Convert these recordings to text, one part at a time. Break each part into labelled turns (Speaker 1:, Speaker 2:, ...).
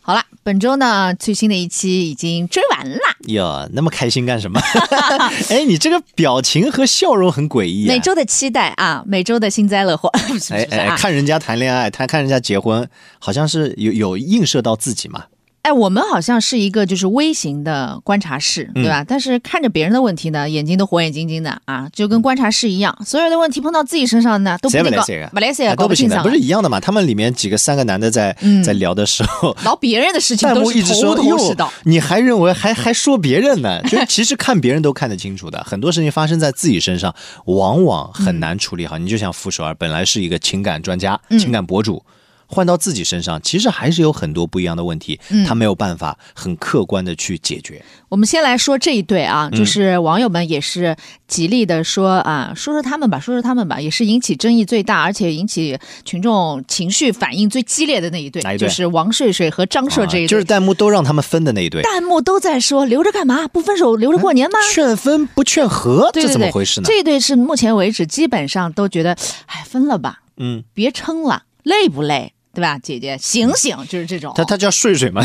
Speaker 1: 好了，本周呢最新的一期已经追完了。
Speaker 2: 哟，那么开心干什么？ 哎，你这个表情和笑容很诡异、啊。
Speaker 1: 每周的期待啊，每周的幸灾乐祸， 不是不是
Speaker 2: 哎哎，
Speaker 1: 啊？
Speaker 2: 看人家谈恋爱，看看人家结婚，好像是有有映射到自己嘛。
Speaker 1: 哎，我们好像是一个就是微型的观察室，
Speaker 2: 嗯
Speaker 1: 对吧？但是看着别人的问题呢，眼睛都火眼金睛的啊，就跟观察室一样。所有的问题碰到自己身上呢，都不
Speaker 2: 嗯谁
Speaker 1: 那
Speaker 2: 不
Speaker 1: 个
Speaker 2: 来谁啊
Speaker 1: 马来西
Speaker 2: 哎
Speaker 1: 亚
Speaker 2: 都
Speaker 1: 搞
Speaker 2: 不行
Speaker 1: 清嗯
Speaker 2: 的，
Speaker 1: 爽
Speaker 2: 不，是一样的嘛？他们里面几个三个男的在、在聊的时候，
Speaker 1: 老别人的事情
Speaker 2: 弹
Speaker 1: 都
Speaker 2: 幕一
Speaker 1: 是
Speaker 2: 直
Speaker 1: 头
Speaker 2: 说
Speaker 1: 头是道
Speaker 2: 哟。，你还认为还还说别人呢？ 就是其实看别人都看得清楚的，很多事情发生在自己身上，往往很难处理好。
Speaker 1: 嗯
Speaker 2: 你就像傅首尔，本来是一个情感专家、情感博主。换到自己身上，其实还是有很多不一样的问题，
Speaker 1: 嗯
Speaker 2: 他没有办法很客观的去解决。
Speaker 1: 我们先来说这一对啊，
Speaker 2: 嗯
Speaker 1: 就是网友们也是极力的说啊，说说他们吧，说说他们吧，也是引起争议最大，而且引起群众情绪反应最激烈的那一对，
Speaker 2: 哪一对
Speaker 1: 就是王睡睡和张硕这一
Speaker 2: 啊就
Speaker 1: 对。
Speaker 2: 是弹幕都让他们分的那一对，
Speaker 1: 弹幕都在说留着干嘛？不分手留着过年吗？
Speaker 2: 劝分不劝和，
Speaker 1: 对对对
Speaker 2: 这怎么回事呢？
Speaker 1: 这一对是目前为止基本上都觉得，哎，分了吧，
Speaker 2: 嗯，
Speaker 1: 别撑了，累不累？对吧，姐姐醒醒，就是这种。
Speaker 2: 他他叫睡睡 嘛，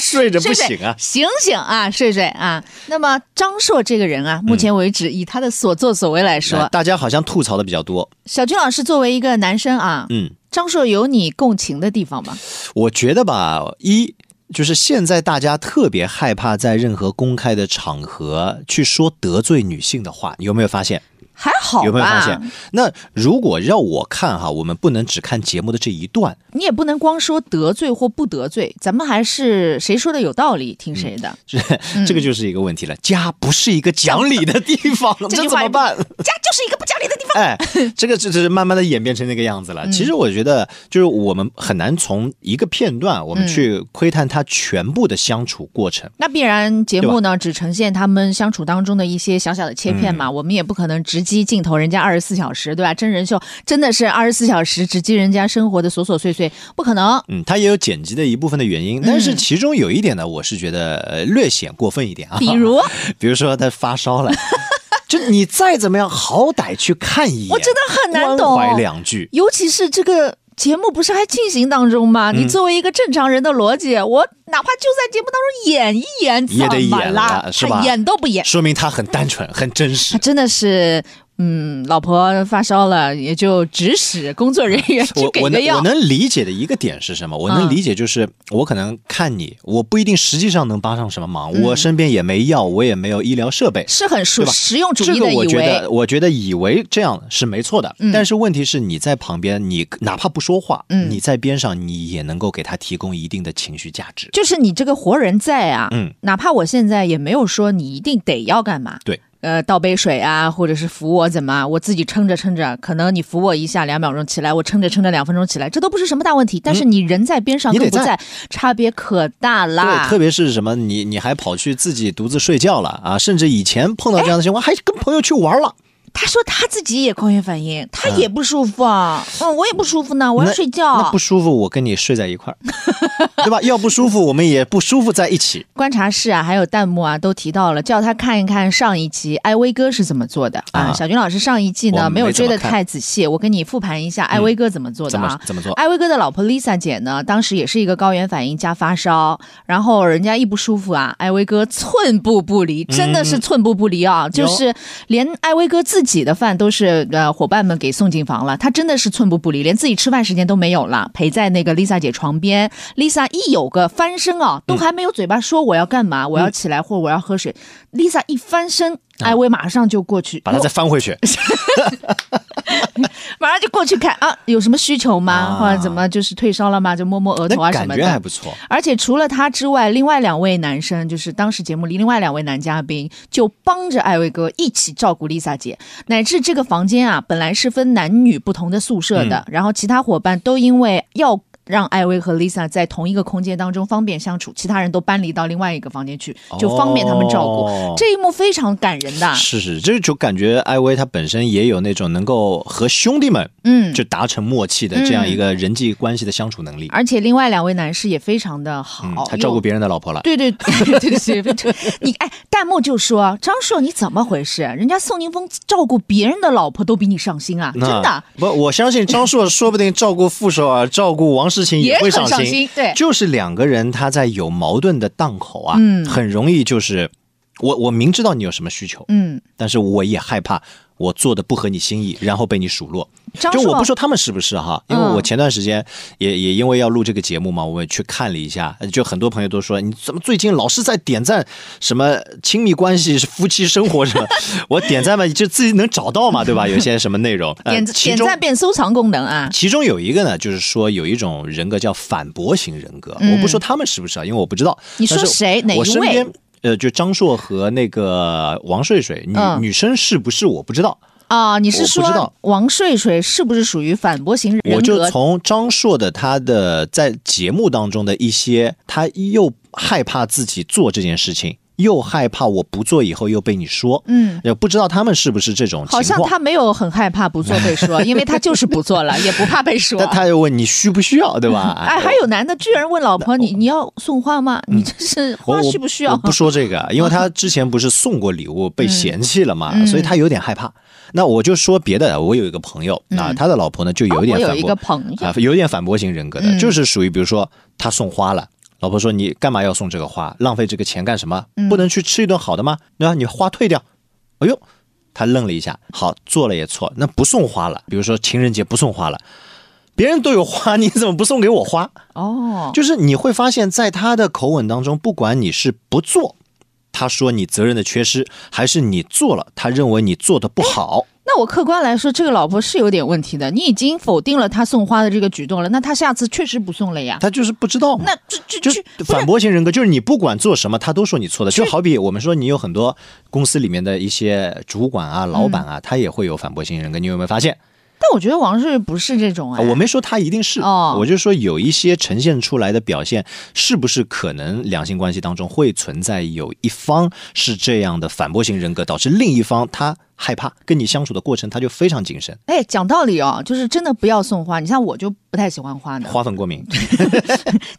Speaker 2: 睡着不
Speaker 1: 睡睡
Speaker 2: 醒啊。
Speaker 1: 醒醒啊，睡睡啊！那么张硕这个人啊，目前为止以他的所作所为来说，
Speaker 2: 哎大家好像吐槽的比较多，
Speaker 1: 小军老师作为一个男生啊，
Speaker 2: 嗯，
Speaker 1: 张硕有你共情的地方吗？
Speaker 2: 我觉得吧，一就是现在大家特别害怕在任何公开的场合去说得罪女性的话，有没有发现？
Speaker 1: 还好吧，
Speaker 2: 有没有发现？那如果让我看哈，我们不能只看节目的这一段，
Speaker 1: 你也不能光说得罪或不得罪，咱们还是谁说的有道理听谁的。
Speaker 2: 这
Speaker 1: 嗯
Speaker 2: 这个就是一个问题了。家不是一个讲理的地 方，
Speaker 1: 这句
Speaker 2: 怎
Speaker 1: 话
Speaker 2: 么
Speaker 1: 也不
Speaker 2: 办？
Speaker 1: 家就是一个不讲理的地方。
Speaker 2: 哎，这个这这是慢慢的演变成那个样子了。
Speaker 1: 嗯
Speaker 2: 其实我觉得，就是我们很难从一个片段，我
Speaker 1: 嗯
Speaker 2: 们去窥探他全部的相处过程。
Speaker 1: 那必然节目呢，只呈现他们相处当中的一些小小的切片
Speaker 2: 嗯
Speaker 1: 嘛，我们也不可能直击镜头人家二十四小时，对吧？真人秀真的是二十四小时直击人家生活的琐琐碎碎，不可能。
Speaker 2: 嗯，它也有剪辑的一部分的原因，但
Speaker 1: 嗯
Speaker 2: 是其中有一点呢，我是觉得呃略显过分一点啊。
Speaker 1: 比，如，
Speaker 2: 比如说他发 烧了，就你再怎么样，好歹去看一眼，
Speaker 1: 我真的很难懂
Speaker 2: 关怀 两句。
Speaker 1: 尤其是这个节目不是还进行当中吗？
Speaker 2: 嗯
Speaker 1: 你作为一个正常人的逻辑，我哪怕就在节目当中演一演，
Speaker 2: 也得
Speaker 1: 怎么
Speaker 2: 演
Speaker 1: 啦
Speaker 2: 了是吧
Speaker 1: 他演都不演，
Speaker 2: 说明他很单纯，很真实
Speaker 1: 他。真的是。嗯，老婆发烧了，也就指使工作人员 去
Speaker 2: 嗯我
Speaker 1: 给
Speaker 2: 我
Speaker 1: 个
Speaker 2: 能
Speaker 1: 药
Speaker 2: 我。能理解的一个点是什么？我能
Speaker 1: 嗯
Speaker 2: 理解就是我可能看你，我不一定实际上能帮上什么忙，
Speaker 1: 嗯
Speaker 2: 我身边也没药，我也没有医疗设备。
Speaker 1: 是很实
Speaker 2: 对吧
Speaker 1: 实用主
Speaker 2: 这
Speaker 1: 义
Speaker 2: 个
Speaker 1: 的
Speaker 2: 我
Speaker 1: 以
Speaker 2: 觉
Speaker 1: 为
Speaker 2: 得，，我觉得以为这样是没错的，但是问题是你在旁边，你哪怕不说话，
Speaker 1: 嗯
Speaker 2: 你在边上，你也能够给他提供一定的情绪价值。
Speaker 1: 就是你这个活人在啊，
Speaker 2: 嗯，
Speaker 1: 哪怕我现在也没有说你一定得要干嘛，
Speaker 2: 对，
Speaker 1: 呃，倒杯水啊，或者是扶我怎么啊，我自己撑着撑着，可能你扶我一下两秒钟起来，我撑着撑着两分钟起来，这都不是什么大问题。但是你人在边上
Speaker 2: 嗯你
Speaker 1: 跟
Speaker 2: 得
Speaker 1: 不
Speaker 2: 在
Speaker 1: 在，差别可大啦。
Speaker 2: 对，特别是什么，你你还跑去自己独自睡觉了啊，甚至以前碰到这样的
Speaker 1: 哎
Speaker 2: 情况，还跟朋友去玩了。
Speaker 1: 他说他自己也抗原反应，他也不舒服啊，嗯，我也不舒服呢，我要
Speaker 2: 嗯那
Speaker 1: 睡觉。
Speaker 2: 那不舒服，我跟你睡在一块儿，对吧？要不舒服，我们也不舒服在 一起。
Speaker 1: 观察室啊，还有弹幕啊，都提到了，叫他看一看上一集艾薇哥是怎么做的啊。
Speaker 2: 啊
Speaker 1: 小军老师上一季
Speaker 2: 我
Speaker 1: 呢
Speaker 2: 们
Speaker 1: 没
Speaker 2: 没
Speaker 1: 有
Speaker 2: 怎
Speaker 1: 追
Speaker 2: 么
Speaker 1: 得
Speaker 2: 看嗯
Speaker 1: 太仔细，我跟你复盘一下艾薇哥怎么做的
Speaker 2: 怎
Speaker 1: 啊
Speaker 2: 么。怎么做？
Speaker 1: 艾薇哥的老婆 Lisa 姐呢，当时也是一个高原反应加发烧，然后人家一不舒服啊，艾薇哥寸步不离，
Speaker 2: 嗯
Speaker 1: 真的是寸步不离啊，就是连艾薇哥自己的饭都是呃伙伴们给送进房了，他真的是寸步不离，连自己吃饭时间都没有了，陪在那个 Lisa 姐床边。Lisa 一有个翻身
Speaker 2: 嗯
Speaker 1: 啊，都还没有嘴巴说我要干嘛，我要起来或我要喝水，Lisa 一翻身，艾薇马上就过去，
Speaker 2: 啊把它再翻回去。
Speaker 1: 马上就过去看啊，有什么需求吗？
Speaker 2: 啊
Speaker 1: 或者怎么就是退烧了吗？就摸摸额头啊
Speaker 2: 那
Speaker 1: 什
Speaker 2: 感
Speaker 1: 么
Speaker 2: 觉还
Speaker 1: 的。
Speaker 2: 不错。
Speaker 1: 而且除了他之外，另外两位男生，就是当时节目里另外两位男嘉宾，就帮着艾薇哥一起照顾 Lisa 姐，乃至这个房间啊，本来是分男女不同的宿舍的，
Speaker 2: 嗯
Speaker 1: 然后其他伙伴都因为要。让艾薇和 Lisa 在同一个空间当中方便相处，其他人都搬离到另外一个房间去，就方便他们照顾。
Speaker 2: 哦
Speaker 1: 这一幕非常感人的，
Speaker 2: 是是，这就感觉艾薇她本身也有那种能够和兄弟们
Speaker 1: 嗯，
Speaker 2: 就达成默契的这样一个人际关系的相处能力。
Speaker 1: 而且另外两位男士也非常的
Speaker 2: 嗯
Speaker 1: 好，，
Speaker 2: 她照顾别人的老婆了。
Speaker 1: 对对对对对对，你哎，弹幕就说张硕你怎么回事？人家宋宁峰照顾别人的老婆都比你上心啊，真
Speaker 2: 那
Speaker 1: 的。
Speaker 2: 啊不，我相信张硕说不定照顾傅首尔、照顾王事情
Speaker 1: 也
Speaker 2: 会
Speaker 1: 很上
Speaker 2: 心
Speaker 1: 心，对
Speaker 2: 就是两个人他在有矛盾的档口啊，
Speaker 1: 嗯
Speaker 2: 很容易就是我我明知道你有什么需求，
Speaker 1: 嗯，
Speaker 2: 但是我也害怕我做的不合你心意，然后被你数落。
Speaker 1: 张
Speaker 2: 就
Speaker 1: 硕嗯
Speaker 2: 我不说他们是不是哈，因为我前段时间也、也因为要录这个节目嘛，我也去看了一下，呃就很多朋友都说你怎么最近老是在点赞什么亲密关系、夫妻生活什么， 我点赞嘛就自己能找到嘛，对吧？有些什么内容，呃
Speaker 1: 点
Speaker 2: 其
Speaker 1: 点
Speaker 2: 中
Speaker 1: 赞变收藏功能啊，
Speaker 2: 其中有一个呢，就是说有一种人格叫反驳型人格，我不说他们是不是啊，因为我不知道。
Speaker 1: 你说
Speaker 2: 但是
Speaker 1: 谁嗯哪一
Speaker 2: 我身
Speaker 1: 位
Speaker 2: 边呃，就张硕和那个王睡睡，女、
Speaker 1: 嗯
Speaker 2: 女生是不是我不知道，
Speaker 1: 啊，你
Speaker 2: 我
Speaker 1: 是
Speaker 2: 不知
Speaker 1: 说
Speaker 2: 道
Speaker 1: 王睡睡是不是属于反驳型人
Speaker 2: 我就
Speaker 1: 格？
Speaker 2: 从张硕的他的在节目当中的一些，他又害怕自己做这件事情，又害怕我不做以后又被你说，
Speaker 1: 嗯，
Speaker 2: 也不知道他们是不是这种情
Speaker 1: 好像
Speaker 2: 况。
Speaker 1: 他没有很害怕不做被说，因为他就是不做 了，也不怕被说
Speaker 2: 但。他又问你需不需要，对吧？
Speaker 1: 哎，还有男的居然问老婆你你要送花吗？你这是花
Speaker 2: 嗯我我
Speaker 1: 需不需
Speaker 2: 我
Speaker 1: 要？嗯
Speaker 2: 不说这个，因为他之前不是送过礼物被嫌弃了嘛，所以他有点害怕。那我就说别的，我有一个朋友啊，他的老婆呢就有一点
Speaker 1: 嗯哦我有
Speaker 2: 反
Speaker 1: 一
Speaker 2: 驳
Speaker 1: 个朋友
Speaker 2: 啊，有点反驳型人格的，就是属于比如说他送花了。老婆说：“你干嘛要送这个花？浪费这个钱干什么？不能去吃一顿好的吗？对吧？你花退掉。”哎呦，他愣了一下，好，做了也错，那不送花了。比如说情人节不送花了，别人都有花， 你怎么不送给我花？
Speaker 1: 哦，
Speaker 2: 就是你会发现，在他的口吻当中，不管你是不做，他说你责任的缺失，还是你做了，他认为你做的不好。
Speaker 1: 那我客观来说，这个老婆是有点问题的。你已经否定了他送花的这个举动了，那他下次确实不送了呀。
Speaker 2: 他就是不知道嘛。
Speaker 1: 那这这
Speaker 2: 就
Speaker 1: 这
Speaker 2: 是
Speaker 1: 不是
Speaker 2: 反驳型人格，就是你不管做什么，他都说你错的。就好比我们说，你有很多公司里面的一些主管啊、老板
Speaker 1: 嗯
Speaker 2: 啊，他也会有反驳型人格。你有没有发现？
Speaker 1: 但我觉得王瑞不是这种
Speaker 2: 啊
Speaker 1: 哎，
Speaker 2: 我没说他一定是，
Speaker 1: 哦
Speaker 2: 我就说有一些呈现出来的表现，是不是可能两性关系当中会存在有一方是这样的反驳型人格，导致另一方他害怕跟你相处的过程，他就非常谨慎，
Speaker 1: 哎，讲道理哦，就是真的不要送花。你像我就不太喜欢花的，
Speaker 2: 花粉 过敏。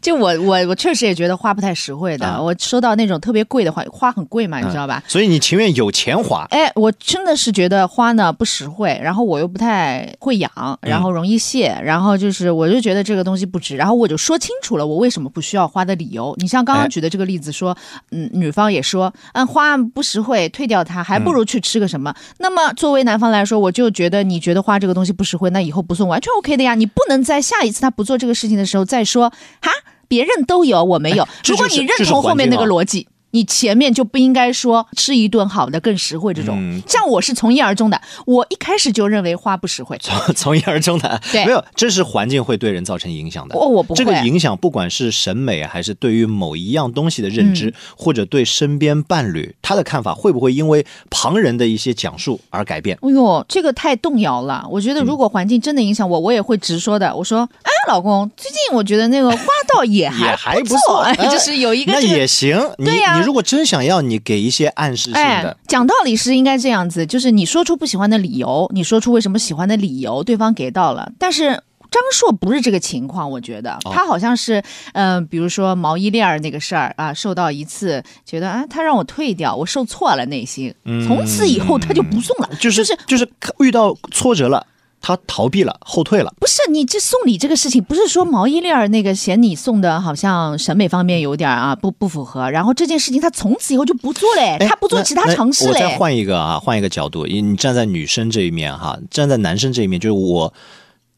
Speaker 1: 就我我我确实也觉得花不太实惠的。
Speaker 2: 啊
Speaker 1: 我收到那种特别贵的花，花很贵嘛，你知道吧？
Speaker 2: 所以你情愿有钱花，
Speaker 1: 哎，我真的是觉得花呢不实惠，然后我又不太会
Speaker 2: 嗯
Speaker 1: 养，然后容易卸，然后就是我就觉得这个东西不值，然后我就说清楚了我为什么不需要花的理由。你像刚
Speaker 2: 哎
Speaker 1: 刚举的这个例子说，嗯，女方也说，嗯，花不实惠，退掉它，
Speaker 2: 嗯
Speaker 1: 还不如去吃个什么。那么作为男方来说，我就觉得你觉得花这个东西不实惠，那以后不送完全 OK 的呀。你不能在下一次他不做这个事情的时候再说哈，别人都有我没有。
Speaker 2: 哎这
Speaker 1: 如果
Speaker 2: 就是
Speaker 1: 你认
Speaker 2: 这是
Speaker 1: 同后
Speaker 2: 环
Speaker 1: 面
Speaker 2: 境
Speaker 1: 那个
Speaker 2: 啊
Speaker 1: 逻辑。你前面就不应该说吃一顿好的更实惠这种，
Speaker 2: 嗯
Speaker 1: 像我是从一而终的，我一开始就认为花不实惠，
Speaker 2: 从从一而终的，
Speaker 1: 对
Speaker 2: 没有，这是环境会对人造成影响的。
Speaker 1: 我我不会
Speaker 2: 这个影响，不管是审美啊还是对于某一样东西的认
Speaker 1: 嗯
Speaker 2: 知，或者对身边伴侣他的看法，会不会因为旁人的一些讲述而改变？
Speaker 1: 哎呦，这个太动摇了。我觉得如果环境真的影响我，我也会直说的。我说，哎，老公，最近我觉得那个花倒也
Speaker 2: 也
Speaker 1: 还
Speaker 2: 还不
Speaker 1: 不
Speaker 2: 错
Speaker 1: 哎
Speaker 2: 哎
Speaker 1: 就是有一个
Speaker 2: 那
Speaker 1: 这个
Speaker 2: 也行，你
Speaker 1: 对呀
Speaker 2: 你如果真想要，你给一些暗示性
Speaker 1: 哎
Speaker 2: 的，，
Speaker 1: 讲道理是应该这样子，就是你说出不喜欢的理由，你说出为什么喜欢的理由，对方给到了，但是。张硕不是这个情况，我觉得
Speaker 2: 哦
Speaker 1: 他好像是，嗯、比如说毛衣链儿那个事儿啊，受到一次，觉得啊，他让我退掉，我受挫了，内心，
Speaker 2: 嗯
Speaker 1: 从此以后他就不送了，
Speaker 2: 就
Speaker 1: 就
Speaker 2: 是
Speaker 1: 是
Speaker 2: 就是遇到挫折了，他逃避了，后退了。
Speaker 1: 不是你这送礼这个事情，不是说毛衣链儿那个嫌你送的好像审美方面有点儿啊不不符合，然后这件事情他从此以后就不做嘞，
Speaker 2: 哎
Speaker 1: 他不做
Speaker 2: 那
Speaker 1: 其他
Speaker 2: 那
Speaker 1: 尝试
Speaker 2: 我
Speaker 1: 嘞
Speaker 2: 再，换一个啊，换一个角度，你你站在女生这一面哈，站在男生这一面，就是我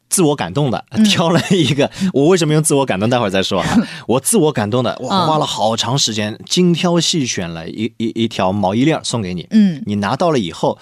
Speaker 2: 自我感动的，
Speaker 1: 嗯
Speaker 2: 挑了一个。我为什么用自我感动？待会儿再说 啊。我自我感动的，我
Speaker 1: 嗯
Speaker 2: 花了好长时间，精挑细选了一一一条毛衣链儿送给你。
Speaker 1: 嗯，
Speaker 2: 你拿到了以后，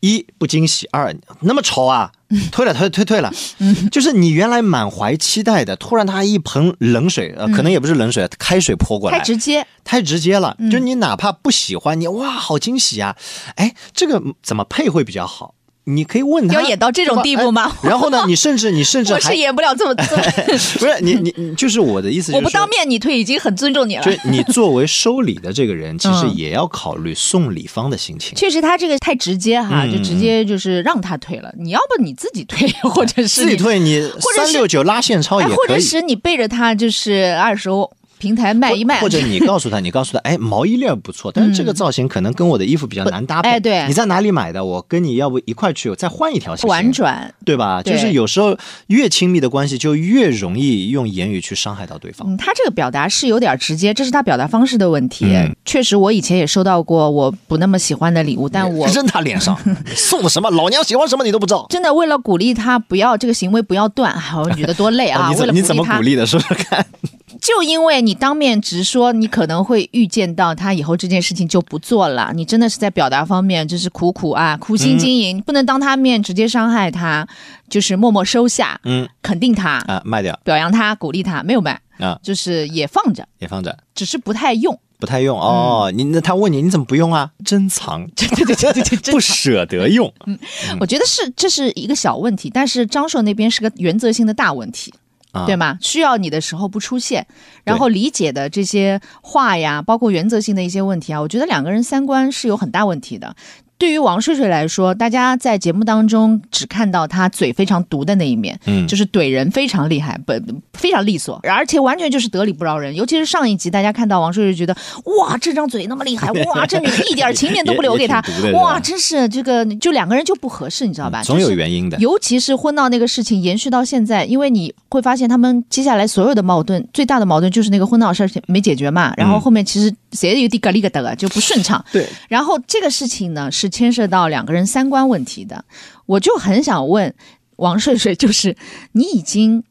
Speaker 2: 一不惊喜，二那么丑啊，
Speaker 1: 嗯
Speaker 2: 退了退退退了， 就是你原来满怀期待的，突然他一盆冷水，呃，可能也不是冷水，开水泼过来，
Speaker 1: 太嗯直接，
Speaker 2: 太直接了，
Speaker 1: 嗯
Speaker 2: 就你哪怕不喜欢你，哇，好惊喜啊！哎，这个怎么配会比较好？你可以问
Speaker 1: 要
Speaker 2: 他
Speaker 1: 演到这种地步吗
Speaker 2: 对吧哎然后 呢，你甚至你甚至
Speaker 1: 我是
Speaker 2: 还
Speaker 1: 演不了这么，这么
Speaker 2: 不是你 你你就是我的意思，
Speaker 1: 我不当。面你退已经很尊重你了
Speaker 2: 就。是你作为收礼的这 个人，其实也要考虑送礼方的心情。
Speaker 1: 确实，他这个太直接哈，
Speaker 2: 嗯
Speaker 1: 就直接就是让他退了。你要不你自己退，或 者是
Speaker 2: 自己
Speaker 1: 你，
Speaker 2: 退你
Speaker 1: 者
Speaker 2: 三
Speaker 1: 是
Speaker 2: 六九拉现钞
Speaker 1: 哎，
Speaker 2: 也
Speaker 1: 或
Speaker 2: 可
Speaker 1: 者
Speaker 2: 以，
Speaker 1: 是你背着他就是二十欧。平台卖一卖，嗯
Speaker 2: 或者 你告诉他，你告诉他，哎，毛衣链不错，但是这个造型可能跟我的衣服比较难搭配。
Speaker 1: 哎对
Speaker 2: 你在哪里买的？我跟你要不一块去，我再换一条行不行
Speaker 1: 婉转。
Speaker 2: 对吧？
Speaker 1: 对
Speaker 2: 就是有时候越亲密的关系，就越容易用言语去伤害到对方。
Speaker 1: 嗯，他这个表达是有点直接，这是他表达方式的问题。
Speaker 2: 嗯
Speaker 1: 确实，我以前也收到过我不那么喜欢的礼物， 但我
Speaker 2: 扔他 脸上，送什么？老娘喜欢什么你都不知道。
Speaker 1: 真的为了鼓励他不要这个行为不要断，哎，我觉得多累 啊！
Speaker 2: 哦你
Speaker 1: 为
Speaker 2: 怎
Speaker 1: 了
Speaker 2: 你怎么
Speaker 1: 励他
Speaker 2: 鼓，励的？说说看。
Speaker 1: 就因为你当面直说，你可能会预见到他以后这件事情就不做了。你真的是在表达方面就是苦苦啊，苦心经营，
Speaker 2: 嗯
Speaker 1: 不能当他面直接伤害他，就是默默收下，
Speaker 2: 嗯
Speaker 1: 肯定他，
Speaker 2: 啊，卖掉
Speaker 1: 表扬他，鼓励他，没有卖，
Speaker 2: 啊，
Speaker 1: 就是也放着，
Speaker 2: 也放着，
Speaker 1: 只是不太用。
Speaker 2: 不太用哦。
Speaker 1: 嗯
Speaker 2: 你那他问你你怎么不用啊？珍藏，对对对对对，不舍得用。
Speaker 1: 我觉得是这是一个小问题，但是张硕那边是个原则性的大问题。
Speaker 2: 啊
Speaker 1: 对吗？需要你的时候不出现，然后理解的这些话呀，包括原则性的一些问题啊，我觉得两个人三观是有很大问题的。对于王睡睡来说，大家在节目当中只看到他嘴非常毒的那一面，
Speaker 2: 嗯
Speaker 1: 就是怼人非常厉害，本非常利索，而且完全就是得理不饶人。尤其是上一集，大家看到王睡睡觉得哇，这张嘴那么厉害，哇，这女的 一点情面都不留给他
Speaker 2: 也也挺毒的，是吧嗯
Speaker 1: 哇，真是这个就两个人就不合适，你知道吧？
Speaker 2: 总
Speaker 1: 就
Speaker 2: 有
Speaker 1: 是
Speaker 2: 原因的。
Speaker 1: 尤其是婚闹那个事情延续到现在，因为你会发现他们接下来所有的矛盾，最大的矛盾就是那个婚闹事儿没解决嘛，
Speaker 2: 嗯
Speaker 1: 然后后面其实谁有滴嘎哩嘎哒就不顺畅。
Speaker 2: 对，
Speaker 1: 然后这个事情呢是牵涉到两个人三观问题的，我就很想问王睡睡，就是你已经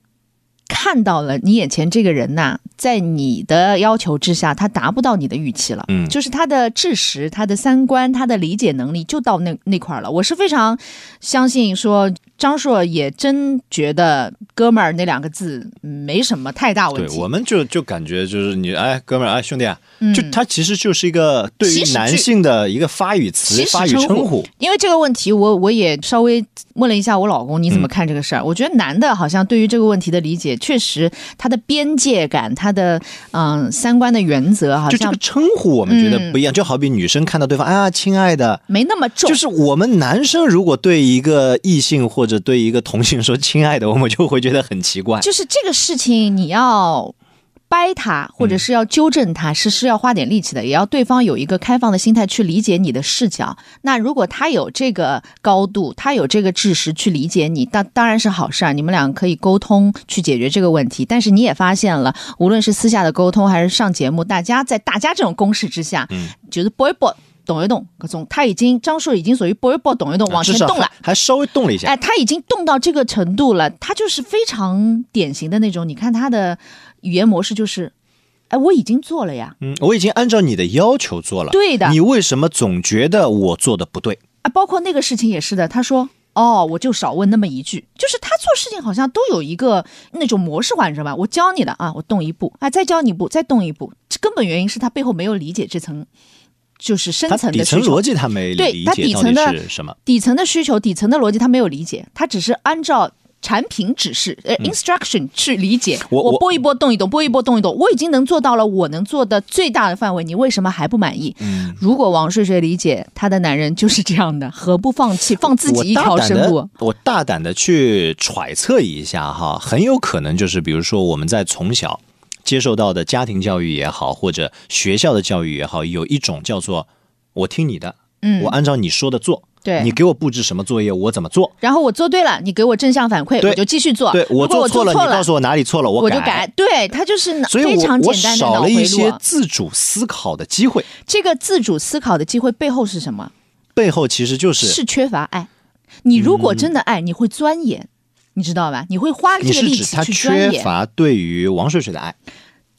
Speaker 1: 看到了你眼前这个人呐、在你的要求之下，他达不到你的预期了。
Speaker 2: 嗯
Speaker 1: 就是他的知识、他的三观、他的理解能力就到那那块儿了。我是非常相信说，张硕也真觉得“哥们儿”那两个字没什么太大问
Speaker 2: 对，
Speaker 1: 题。
Speaker 2: 我们就就感觉就是你哎，哥们儿哎，兄弟啊，
Speaker 1: 嗯
Speaker 2: 就它其实就是一个对
Speaker 1: 起
Speaker 2: 于
Speaker 1: 始句
Speaker 2: 男性的一个发语词
Speaker 1: 起、始
Speaker 2: 发语
Speaker 1: 称
Speaker 2: 称
Speaker 1: 呼
Speaker 2: 呼。
Speaker 1: 因为这个问题我，我也稍微问了一下我老公，你怎么看这个
Speaker 2: 嗯
Speaker 1: 事儿？我觉得男的好像对于这个问题的理解，确实他的边界感、他的嗯、三观的原则好
Speaker 2: 就这
Speaker 1: 像
Speaker 2: 个称呼，我们觉得不一样，就好比女生看到对方啊，亲爱的，
Speaker 1: 没那么重。
Speaker 2: 就是我们男生如果对一个异性或者对一个同性说“亲爱的”，我们就会觉得很奇怪。
Speaker 1: 就是这个事情，你要掰它，或者是要纠正它，是是要花点力气的，也要对方有一个开放的心态去理解你的视角。那如果他有这个高度，他有这个知识去理解你，当当然是好事儿，你们俩可以沟通去解决这个问题。但是你也发现了，无论是私下的沟通还是上节目，大家在大家这种攻势之下，
Speaker 2: 嗯，
Speaker 1: 就是搏一搏。动一动，各种他已经张硕已经属于搏一搏，动一动，往前
Speaker 2: 至少
Speaker 1: 动了
Speaker 2: 还，，还稍微动了一下。
Speaker 1: 哎，他已经动到这个程度了，他就是非常典型的那种。你看他的语言模式就是，哎，我已经做了呀，
Speaker 2: 嗯，我已经按照你的要求做了。
Speaker 1: 对的
Speaker 2: 啊你为什么总觉得我做的不对？
Speaker 1: 啊，包括那个事情也是的。他说，哦，我就少问那么一句，就是他做事情好像都有一个那种模式化，你知道吧？我教你的啊，我动一步，啊，再教你一步，再动一步。这根本原因是他背后没有理解这层，就是深
Speaker 2: 他
Speaker 1: 层
Speaker 2: 底
Speaker 1: 的
Speaker 2: 层
Speaker 1: 需求。
Speaker 2: 逻辑他没
Speaker 1: 对
Speaker 2: 理
Speaker 1: 它
Speaker 2: 解
Speaker 1: 底
Speaker 2: 到
Speaker 1: 层
Speaker 2: 底
Speaker 1: 的
Speaker 2: 是什么。
Speaker 1: 底层的需求、底层的逻辑他没有理解，他只是按照产品指示呃 instruction 去理解。
Speaker 2: 嗯我我
Speaker 1: 拨一拨动一动，拨一拨动一动，我已经能做到了我能做的最大的范围，你为什么还不满意？
Speaker 2: 嗯，
Speaker 1: 如果王睡睡理解他的男人就是这样的，何不放 弃，放自己一条生
Speaker 2: 我大
Speaker 1: 路
Speaker 2: 胆？地。我大胆的去揣测一下哈，很有可能就是，比如说我们在从小接受到的家庭教育也好，或者学校的教育也好，有一种叫做“我听你的，
Speaker 1: 嗯
Speaker 2: 我，按照你说的做”，
Speaker 1: 对
Speaker 2: 你给我布置什么作业，我怎么做。
Speaker 1: 然后我做对了，你给我正向反馈，
Speaker 2: 对
Speaker 1: 我就继续做。
Speaker 2: 对
Speaker 1: 如果
Speaker 2: 做
Speaker 1: 哦我
Speaker 2: 错
Speaker 1: 了，
Speaker 2: 你告诉我哪里错了，我
Speaker 1: 就改。对他就是脑
Speaker 2: 所以
Speaker 1: 非
Speaker 2: 我
Speaker 1: 常
Speaker 2: 我
Speaker 1: 简单的
Speaker 2: 少
Speaker 1: 脑
Speaker 2: 了
Speaker 1: 回
Speaker 2: 一
Speaker 1: 路
Speaker 2: 些
Speaker 1: 啊。
Speaker 2: 自主思考的机会，
Speaker 1: 这个自主思考的机会背后是什么？
Speaker 2: 背后其实就是
Speaker 1: 是缺乏爱。你如果真的爱，你会钻研，你知道吧？你会花这
Speaker 2: 你
Speaker 1: 个
Speaker 2: 是
Speaker 1: 力
Speaker 2: 指
Speaker 1: 气
Speaker 2: 他
Speaker 1: 去钻
Speaker 2: 缺
Speaker 1: 研。
Speaker 2: 乏对于王水水的爱，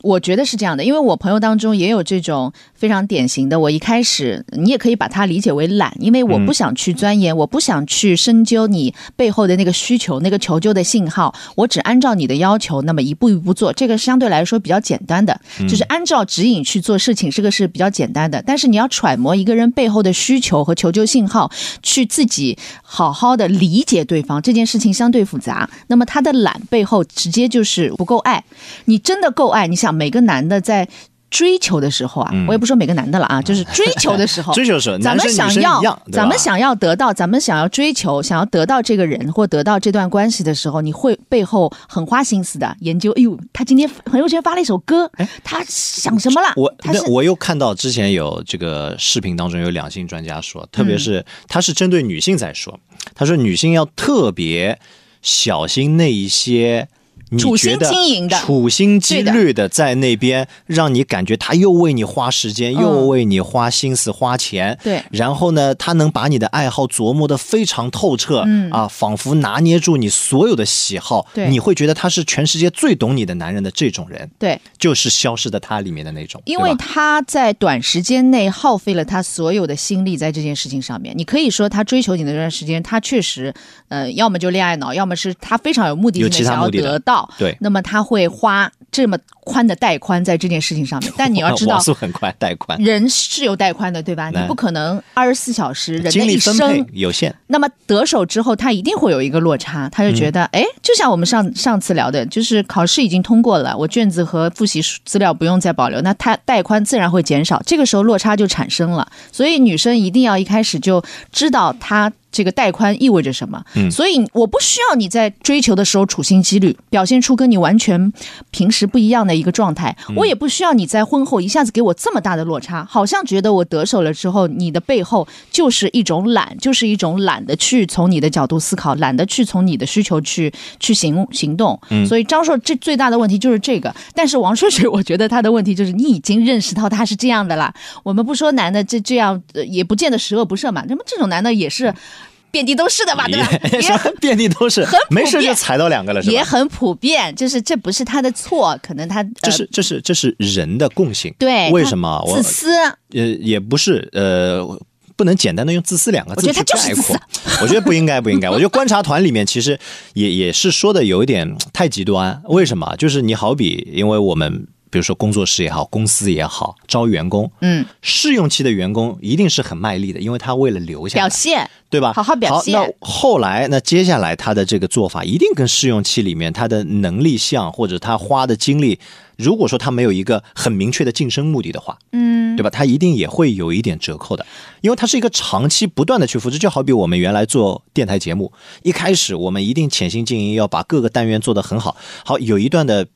Speaker 1: 我觉得是这样的，因为我朋友当中也有这种非常典型的。我一开始，你也可以把它理解为懒，因为我不想去钻研，我不想去深究你背后的那个需求、那个求救的信号，我只按照你的要求，那么一步一步做。这个相对来说比较简单的，就是按照指引去做事情，这个是比较简单的。但是你要揣摩一个人背后的需求和求救信号，去自己好好的理解对方，这件事情相对复杂。那么他的懒背后直接就是不够爱，你真的够爱，你想每个男的在。追求的时候啊，我也不说每个男的了 啊，就是追求的时候，
Speaker 2: 嗯追求是
Speaker 1: 咱
Speaker 2: 男
Speaker 1: 们
Speaker 2: 生
Speaker 1: 想
Speaker 2: 女生一
Speaker 1: 要
Speaker 2: 样，，对
Speaker 1: 咱们
Speaker 2: 吧
Speaker 1: 想要得到，咱们想要追求，想要得到这个人或得到这段关系的时候，你会背后很花心思的研究。哎呦，他今天很有钱发了一首歌，他想什么了？
Speaker 2: 哎我
Speaker 1: 他是
Speaker 2: 那我又看到之前有这个视频当中有两性专家说，特
Speaker 1: 嗯
Speaker 2: 别是他是针对女性在说，他说女性要特别小心那一些。你
Speaker 1: 处
Speaker 2: 觉
Speaker 1: 心
Speaker 2: 得
Speaker 1: 积虑的
Speaker 2: 处心积
Speaker 1: 对的
Speaker 2: 虑的在那边，让你感觉他又为你花时间，又为你花心思、花钱。
Speaker 1: 嗯对
Speaker 2: 然后呢，他能把你的爱好琢磨的非常透彻，嗯啊，仿佛拿捏住你所有的喜好，
Speaker 1: 对
Speaker 2: 你会觉得他是全世界最懂你的男人的这种人，
Speaker 1: 对，
Speaker 2: 就是《消失的他》里面的那种，
Speaker 1: 因
Speaker 2: 对吧
Speaker 1: 为他在短时间内耗费了他所有的心力在这件事情上面。你可以说他追求你的这段时间，他确实，呃，要么就恋爱脑，要么是他非常有目的性
Speaker 2: 有
Speaker 1: 的
Speaker 2: 其他
Speaker 1: 想要
Speaker 2: 目的的
Speaker 1: 得到。
Speaker 2: 对
Speaker 1: 那么他会花这么宽的带宽在这件事情 上面。但你要知道
Speaker 2: 网，速很快，带宽，
Speaker 1: 人是有带宽的，对吧？你
Speaker 2: 来
Speaker 1: 不可能二十四小时，人的
Speaker 2: 精力
Speaker 1: 一
Speaker 2: 分配
Speaker 1: 生。
Speaker 2: 有限。
Speaker 1: 那么得手之后，他一定会有一个落差，他就觉得，哎、就像我们上上次聊的，就是考试已经通过了，我卷子和复习资料不用再保留，那他带宽自然会减少，这个时候落差就产生了。所以女生一定要一开始就知道她这个带宽意味着什么。
Speaker 2: 嗯
Speaker 1: 所以我不需要你在追求的时候处心积虑，表现出跟你完全平时不一样的一个状态。我也不需要你在婚后一下子给我这么大的落差，好像觉得我得手了之后，你的背后就是一种懒，就是一种懒得去从你的角度思考，懒得去从你的需求去去行行动。所以张硕这最大的问题就是这个。但是王春水，我觉得他的问题就是你已经认识到他是这样的啦。我们不说男的这这样，呃也不见得十恶不赦嘛。那么这种男的也是遍地都是的吧，啊对吧？ 也
Speaker 2: 什么遍地都啊是，没事就踩到两个了，是
Speaker 1: 也
Speaker 2: 吧？
Speaker 1: 很普遍，就是这不是他的错，可能他、呃、
Speaker 2: 这是这是这是人的共性。
Speaker 1: 对
Speaker 2: 为
Speaker 1: 他
Speaker 2: 什么我
Speaker 1: 自私，
Speaker 2: 呃也不是呃。不能简单的用“自私”两个字
Speaker 1: 我
Speaker 2: 去
Speaker 1: 觉得他就是
Speaker 2: 概
Speaker 1: 自私
Speaker 2: 括，我觉得不应该，不 应该。我觉得观察团里面其实也也是说的有一点嗯太极端。为什么？就是你好比，因为我们比如说工作室也好，公司也好，招员工，
Speaker 1: 嗯，
Speaker 2: 试用期的员工一定是很卖力的，因为他为了留下来
Speaker 1: 表现
Speaker 2: 对吧？
Speaker 1: 好好表现
Speaker 2: 那后来，那接下来他的这个做法一定跟试用期里面他的能力项或者他花的精力，如果说他没有一个很明确的晋升目的的话，嗯，对吧？他一定也会有一点折扣的，因为它是一个长期不断的去复制。就好比我们原来做电台节目，一开始我们一定潜心经营，要把各个单元做得很好。好，有一段的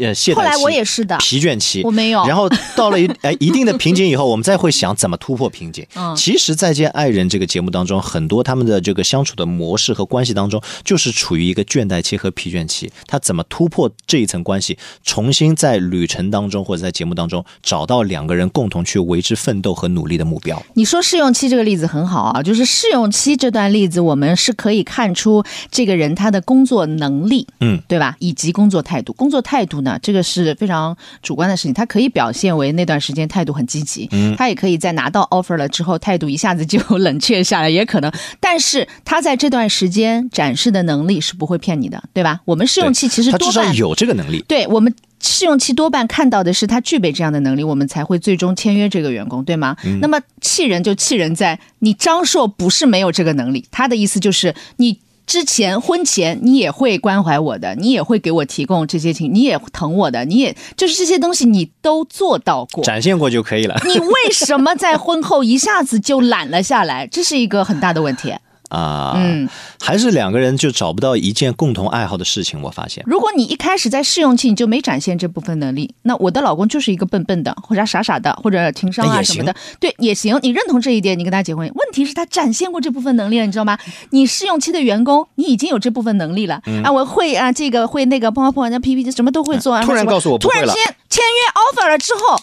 Speaker 2: 呃懈怠期，
Speaker 1: 后来我也是的
Speaker 2: 疲倦期，
Speaker 1: 我没有
Speaker 2: 然后到 了一哎一定的瓶颈以后，我们再会想怎么突破瓶颈。
Speaker 1: 嗯
Speaker 2: 其实《再见爱人》这个节目当中，很多他们的这个相处的模式和关系当中，就是处于一个倦怠期和疲倦期。他怎么突破这一层关系，重新在旅程当中或者在节目当中找到两个人共同去为之奋斗和努力的目标？
Speaker 1: 你说试用期这个例子很好啊，就是试用期这段例子，我们是可以看出这个人他的工作能力，
Speaker 2: 嗯，
Speaker 1: 对吧？以及工作态度。工作态度呢，这个是非常主观的事情，他可以表现为那段时间态度很积极，嗯，他也可以在拿到 offer 了之后，态度一下子就冷却下来，也可能。但是他在这段时间展示的能力是不会骗你的，对吧？我们试用期其实
Speaker 2: 他
Speaker 1: 多
Speaker 2: 至少
Speaker 1: 半
Speaker 2: 有这个能力。
Speaker 1: 对我们试用期多半看到的是他具备这样的能力，我们才会最终签约这个员工，对吗？那么气人就气人在你张硕不是没有这个能力，他的意思就是你。之前婚前你也会关怀我的，你也会给我提供这些情，你也疼我的，你也就是这些东西你都做到过。
Speaker 2: 展现过就可以了
Speaker 1: 你为什么在婚后一下子就懒了下来？这是一个很大的问题。
Speaker 2: 啊！
Speaker 1: 嗯，
Speaker 2: 还是两个人就找不到一件共同爱好的事情。我发现，
Speaker 1: 如果你一开始在试用期你就没展现这部分能力，那我的老公就是一个笨笨的，或者傻傻的，或者情商
Speaker 2: 那
Speaker 1: 啊
Speaker 2: 也
Speaker 1: 什么的，对也行。你认同这一点，你跟他结婚。问题是，他展现过这部分能力了，你知道吗？你试用期的员工，你已经有这部分能力了、
Speaker 2: 嗯
Speaker 1: 啊，我会啊，这个会那个，砰砰啊砰，那 PPT 什么都会做。啊，
Speaker 2: 突然
Speaker 1: 什么
Speaker 2: 告诉我不
Speaker 1: 突
Speaker 2: 会
Speaker 1: 然
Speaker 2: 了
Speaker 1: 之间签约 offer 了之后，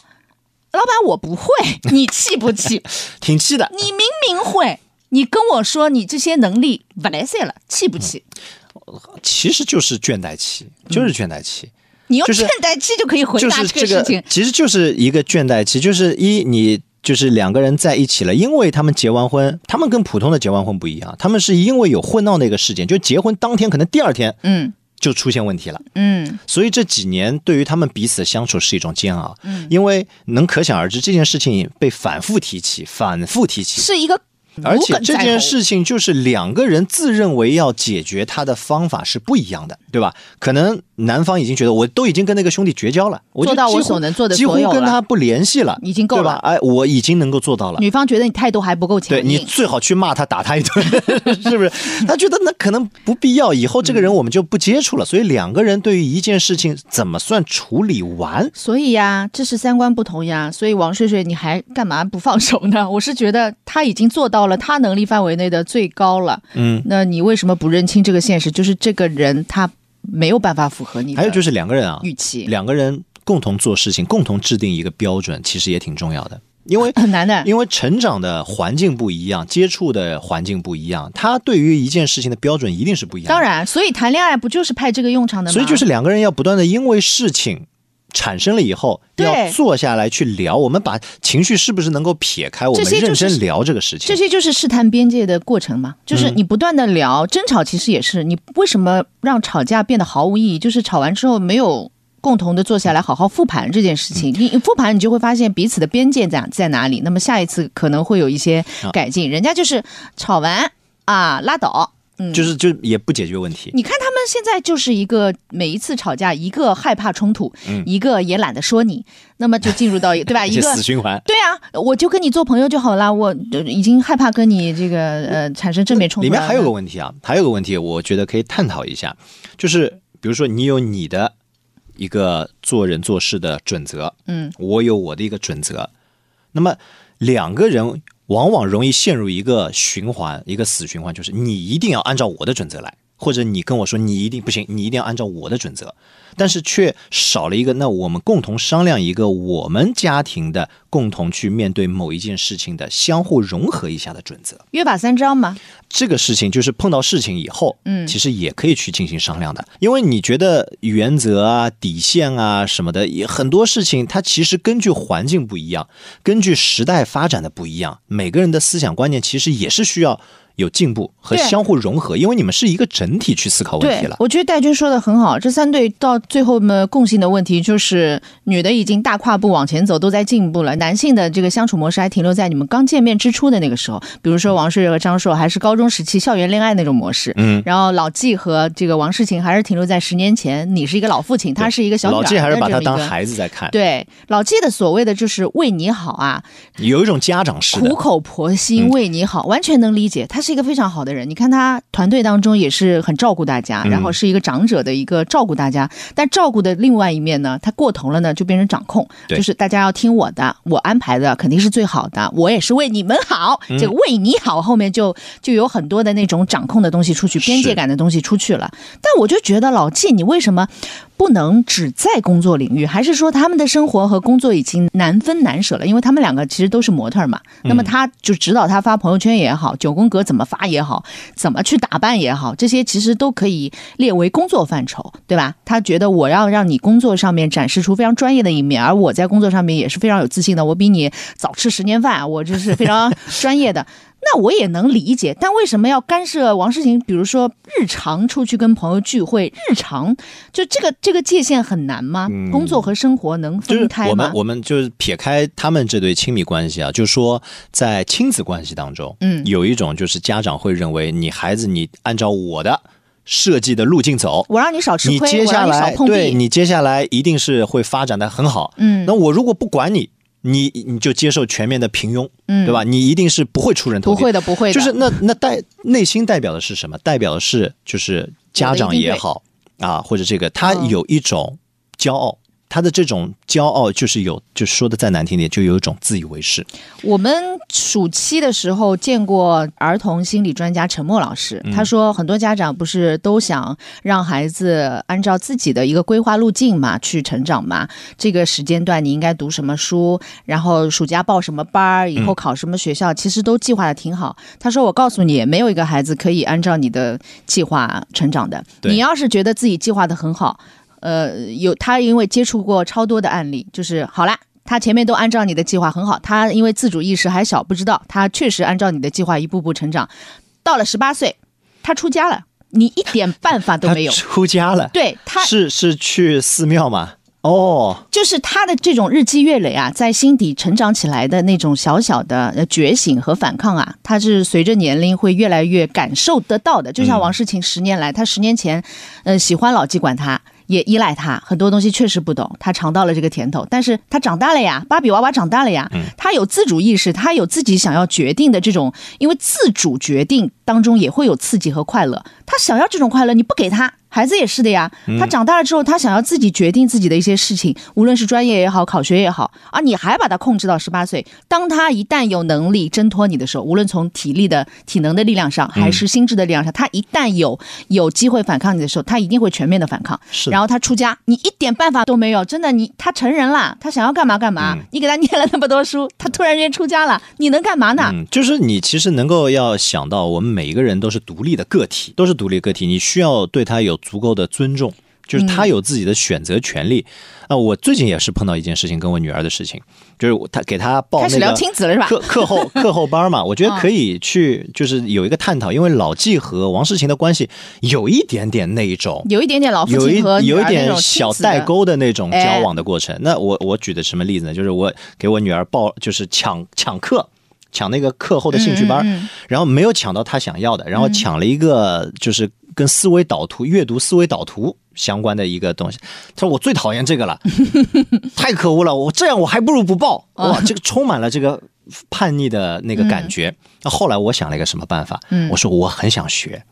Speaker 1: 老板我不会，你气不 气？
Speaker 2: 挺气的。
Speaker 1: 你明明会。你跟我说你这些能力不来塞了，气不气？
Speaker 2: 嗯其实就是倦怠期，就是倦怠期，
Speaker 1: 你用
Speaker 2: 就是
Speaker 1: 倦怠期就可以回
Speaker 2: 就
Speaker 1: 答
Speaker 2: 是
Speaker 1: 这个事
Speaker 2: 个
Speaker 1: 情。，
Speaker 2: 其实就是一个倦怠期，就是一你。就是两个人在一起了，因为他们结完婚，他们跟普通的结完婚不一样，他们是因为有婚闹那个事件，就结婚当天可能第二天
Speaker 1: 嗯
Speaker 2: 就出现问题了，
Speaker 1: 嗯，
Speaker 2: 所以这几年对于他们彼此相处是一种煎熬，
Speaker 1: 嗯
Speaker 2: 因为能可想而知这件事情被反复提起，反复提起，
Speaker 1: 是一个
Speaker 2: 而且这件事情就是两个人自认为要解决他的方法是不一样的，对吧？可能男方已经觉得我都已经跟那个兄弟绝交了，我
Speaker 1: 做到我所能做的
Speaker 2: 几乎
Speaker 1: 所有
Speaker 2: 跟
Speaker 1: 了
Speaker 2: 他不联系了，
Speaker 1: 已经够
Speaker 2: 对吧
Speaker 1: 了？
Speaker 2: 哎，我已经能够做到了。
Speaker 1: 女方觉得你态度还不够强
Speaker 2: 对
Speaker 1: 硬，
Speaker 2: 你最好去骂他，打他一顿， 是不是？他觉得那可能不必要，以后这个人
Speaker 1: 嗯
Speaker 2: 我们就不接触了。所以两个人对于一件事情怎么算处理完，
Speaker 1: 所以呀，这是三观不同呀。所以王睡睡，你还干嘛不放手呢？ 我是觉得他已经做到了他能力范围内的最高了。
Speaker 2: 嗯，
Speaker 1: 那你为什么不认清这个现实？就是这个人他没有办法符合你的
Speaker 2: 还有就是两个人啊，
Speaker 1: 预期，
Speaker 2: 两个人共同做事情，共同制定一个标准，其实也挺重要的，因为。
Speaker 1: 很难的。
Speaker 2: 因为成长的环境不一样，接触的环境不一样，他对于一件事情的标准一定是不一样的。
Speaker 1: 当，然，所以谈恋爱不就是派这个用场的吗？
Speaker 2: 所以就是两个人要不断的因为事情产生了以后，
Speaker 1: 对
Speaker 2: 要坐下来去聊，我们把情绪是不是能够撇开，我们
Speaker 1: 这些就
Speaker 2: 认
Speaker 1: 是
Speaker 2: 真聊这个事情。
Speaker 1: 这些就是试探边界的过程嘛，就是你不断的聊、争吵，其实也是你为什么让吵架变得毫无意义？就是吵完之后没有共同的坐下来好好复盘这件事情，你复盘你就会发现彼此的边界在在哪里，那么下一次可能会有一些改进。人家就是吵完啊拉倒。
Speaker 2: 就是就也不解决问题。
Speaker 1: 你看他们现在就是一个每一次吵架，一个害怕冲突，一个也懒得说你，那么就进入到 对吧？
Speaker 2: 一
Speaker 1: 一
Speaker 2: 些
Speaker 1: 个
Speaker 2: 死循环，
Speaker 1: 对啊，我就跟你做朋友就好啦，我呃已经害怕跟你这个呃产生正面冲突
Speaker 2: 里
Speaker 1: 了。
Speaker 2: 面还有个问题啊，还有个问题，我觉得可以探讨一下，就是比如说你有你的一个做人做事的准则，
Speaker 1: 嗯，
Speaker 2: 我有我的一个准则，那么两个人往往容易陷入一个循环，一个死循环，就是你一定要按照我的准则来，或者你跟我说你一定不行，你一定要按照我的准则，但是却少了一个，那我们共同商量一个我们家庭的共同去面对某一件事情的相互融合一下的准则。
Speaker 1: 约法三章嘛，
Speaker 2: 这个事情就是碰到事情以后，
Speaker 1: 嗯
Speaker 2: 其实也可以去进行商量的，因为你觉得原则啊、底线啊什么的，也很多事情它其实根据环境不一样，根据时代发展的不一样，每个人的思想观念其实也是需要有进步和
Speaker 1: 对
Speaker 2: 相互融合，因为你们是一个整体去思考问题
Speaker 1: 对
Speaker 2: 了，。
Speaker 1: 我觉得戴军说的很好。这三对到最后呢，共性的问题就是女的已经大跨步往前走，都在进步了；男性的这个相处模式还停留在你们刚见面之初的那个时候。比如说王睡和张硕还是高中时期校园恋爱那种模式，
Speaker 2: 嗯，
Speaker 1: 然后老纪和这个王世勤还是停留在十年前，你是一个老父亲，他是一个小女
Speaker 2: 老
Speaker 1: 孩
Speaker 2: 纪还是把他
Speaker 1: 的这么
Speaker 2: 当
Speaker 1: 一个
Speaker 2: 孩子在看，
Speaker 1: 对老纪的所谓的就是为你好啊，
Speaker 2: 有一种家长式
Speaker 1: 苦
Speaker 2: 的。
Speaker 1: 口婆心
Speaker 2: 嗯
Speaker 1: 为你好，完全能理解。他是一个非常好的人，你看他团队当中也是很照顾大家，
Speaker 2: 嗯
Speaker 1: 然后是一个长者的一个照顾大家。但照顾的另外一面呢，他过头了呢，就变成掌控，
Speaker 2: 对
Speaker 1: 就是大家要听我的，我安排的肯定是最好的，我也是为你们好。
Speaker 2: 嗯
Speaker 1: 这个为你好后面就就有很多的那种掌控的东西出去，边界感的东西出去了。但我就觉得老纪，你为什么不能只在工作领域？还是说他们的生活和工作已经难分难舍了？因为他们两个其实都是模特儿嘛。那么他就指导他发朋友圈也好，九宫格怎么发也好，怎么去打扮也好，这些其实都可以列为工作范畴，对吧？他觉得我要让你工作上面展示出非常专业的一面，而我在工作上面也是非常有自信的，我比你早吃十年饭，我这是非常专业 的。那我也能理解，但为什么要干涉王诗晴？比如说日常出去跟朋友聚会，日常就这个这个界限很难吗？工作和生活能
Speaker 2: 嗯就是
Speaker 1: 分开
Speaker 2: 我
Speaker 1: 吗
Speaker 2: 们，？我们就是撇开他们这对亲密关系啊，就说在亲子关系当中，
Speaker 1: 嗯
Speaker 2: 有一种就是家长会认为你孩子你按照我的设计的路径走，
Speaker 1: 我让你少吃
Speaker 2: 你
Speaker 1: 亏，
Speaker 2: 接
Speaker 1: 我
Speaker 2: 下
Speaker 1: 让你少
Speaker 2: 来
Speaker 1: 碰
Speaker 2: 对
Speaker 1: 壁。
Speaker 2: 你接下来一定是会发展的很好。
Speaker 1: 嗯
Speaker 2: 那我如果不管你，你你就接受全面的平庸，
Speaker 1: 嗯
Speaker 2: 对吧？你一定是不会出人头
Speaker 1: 不
Speaker 2: 地。
Speaker 1: 会的，不会的，
Speaker 2: 就是那那代内心代表的是什么？代表的是就是家长也好啊，或者这个他有一种骄傲。他的这种骄傲，就是有，就说的再难听点，就有一种自以为是。
Speaker 1: 我们暑期的时候见过儿童心理专家陈默老师，他说很多家长不是都想让孩子按照自己的一个规划路径嘛去成长嘛，这个时间段你应该读什么书，然后暑假报什么班儿，以后考什么学校，其实都计划的挺好。他说我告诉你，没有一个孩子可以按照你的计划成长的，
Speaker 2: 对
Speaker 1: 你要是觉得自己计划的很好。呃，有他因为接触过超多的案例，就是好啦，他前面都按照你的计划很好，他因为自主意识还小，不知道他确实按照你的计划一步步成长，到了十八岁，他出家了，你一点办法都没有
Speaker 2: 他。出家了，
Speaker 1: 对他
Speaker 2: 是是去寺庙吗？哦，
Speaker 1: 就是他的这种日积月累啊，在心底成长起来的那种小小的呃觉醒和反抗啊，他是随着年龄会越来越感受得到的。就像王诗琴十年来，他十年前，呃，喜欢老纪管他，也依赖他，很多东西确实不懂，他尝到了这个甜头，但是他长大了呀，芭比娃娃长大了呀，他有自主意识，他有自己想要决定的这种，因为自主决定当中也会有刺激和快乐，他想要这种快乐，你不给他。孩子也是的呀，
Speaker 2: 嗯
Speaker 1: 他长大了之后，他想要自己决定自己的一些事情，无论是专业也好，考学也好啊，你还把他控制到十八岁。当他一旦有能力挣脱你的时候，无论从体力的、体能的力量上，还是心智的力量上，他一旦有有机会反抗你的时候，他一定会全面的反抗。
Speaker 2: 是
Speaker 1: 然后他出家，你一点办法都没有，真的，你他成人了，
Speaker 2: 嗯
Speaker 1: 他想要干嘛干嘛，你给他念了那么多书，他突然间出家了，你能干嘛呢？
Speaker 2: 嗯，就是你其实能够要想到，我们每一个人都是独立的个体，都是独立个体，你需要对他有足够的尊重，就是他
Speaker 1: 嗯
Speaker 2: 有自己的选择权利。啊、我最近也是碰到一件事情，跟我女儿的事情，就是我他给她报
Speaker 1: 开
Speaker 2: 哦那
Speaker 1: 始聊
Speaker 2: 个
Speaker 1: 亲子了是吧？嗯
Speaker 2: 课课后课后班嘛，我觉得可以去，就是有一个探讨，因为老纪和王诗琴的关系有一点点那一种。
Speaker 1: 有一点点老父
Speaker 2: 有一
Speaker 1: 亲和女
Speaker 2: 有一
Speaker 1: 儿那
Speaker 2: 点
Speaker 1: 种亲
Speaker 2: 小
Speaker 1: 子的
Speaker 2: 代沟的那种
Speaker 1: 哎
Speaker 2: 交往的过程。那我我举的什么例子呢？就是我给我女儿报，就是抢抢课，抢那个课后的兴趣班，
Speaker 1: 嗯嗯嗯
Speaker 2: 然后没有抢到她想要的，然后抢了一个就是跟思维导图、阅读思维导图相关的一个东西。他说我最讨厌这个 了，太可恶了！我这样我还不如不报。
Speaker 1: 哦
Speaker 2: 哇，这个充满了这个叛逆的那个感觉。那、后来我想了一个什么办法？
Speaker 1: 嗯
Speaker 2: 我说我很想学，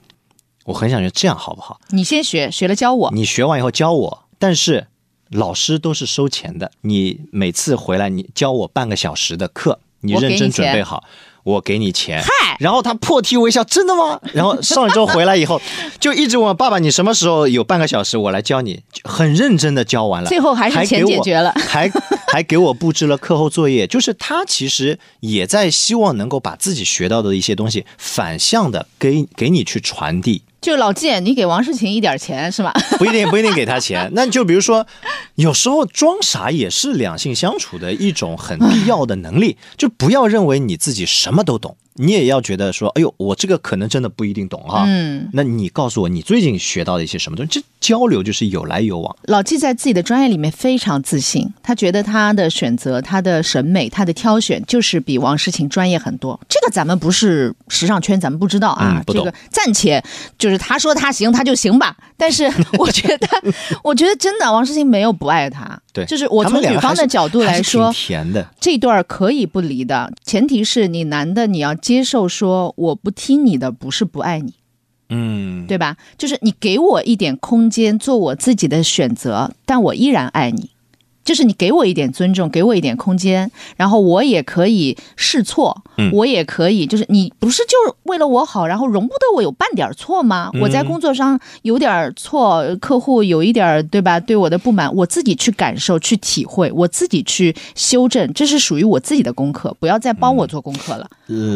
Speaker 2: 我很想学，这样好不好？
Speaker 1: 你先学，学了教我。
Speaker 2: 你学完以后教我，但是老师都是收钱的，你每次回来你教我半个小时的课，你
Speaker 1: 我给你
Speaker 2: 认真准
Speaker 1: 钱
Speaker 2: 备好，我给你钱。
Speaker 1: 嗨，
Speaker 2: 然后他破涕为笑，真的吗？然后上周回来以后，就一直问我爸爸，你什么时候有半个小时，我来教你，就很认真的教完了，
Speaker 1: 最后还是钱
Speaker 2: 给我
Speaker 1: 解决了
Speaker 2: 还还给我布置了课后作业，就是他其实也在希望能够把自己学到的一些东西反向的给给你去传递，
Speaker 1: 就老纪，你给王诗琴一点钱是吧？
Speaker 2: 不一定不一定给他钱。那就比如说，有时候装傻也是两性相处的一种很必要的能力，就不要认为你自己什么都懂，你也要觉得说，哎呦，我这个可能真的不一定懂哈。
Speaker 1: 嗯，
Speaker 2: 那你告诉我，你最近学到的一些什么东西？这交流就是有来有往。
Speaker 1: 老纪在自己的专业里面非常自信，他觉得他的选择、他的审美、他的挑选就是比王诗琴专业很多。这个咱们不是时尚圈，咱们不知道啊。
Speaker 2: 嗯不
Speaker 1: 这
Speaker 2: 懂
Speaker 1: 个暂且就是他说他行，他就行吧。但是 我觉得，我觉得真的王诗琴没有不爱他。
Speaker 2: 对，
Speaker 1: 就是我
Speaker 2: 他
Speaker 1: 从
Speaker 2: 们两
Speaker 1: 女
Speaker 2: 个还
Speaker 1: 方
Speaker 2: 是
Speaker 1: 的角度
Speaker 2: 还是
Speaker 1: 来说
Speaker 2: 挺，甜的。
Speaker 1: 这段儿可以不离的，前提是你男的你要接受说我不听你的，不是不爱你。
Speaker 2: 嗯，
Speaker 1: 对吧？就是你给我一点空间，做我自己的选择，但我依然爱你。就是你给我一点尊重，给我一点空间，然后我也可以试错，
Speaker 2: 嗯
Speaker 1: 我也可以，就是你不是就是为了我好，然后容不得我有半点错吗？
Speaker 2: 嗯
Speaker 1: 我在工作上有点错，客户有一点对吧？对我的不满，我自己去感受、去体会，我自己去修正，这是属于我自己的功课，不要再帮我做功课了。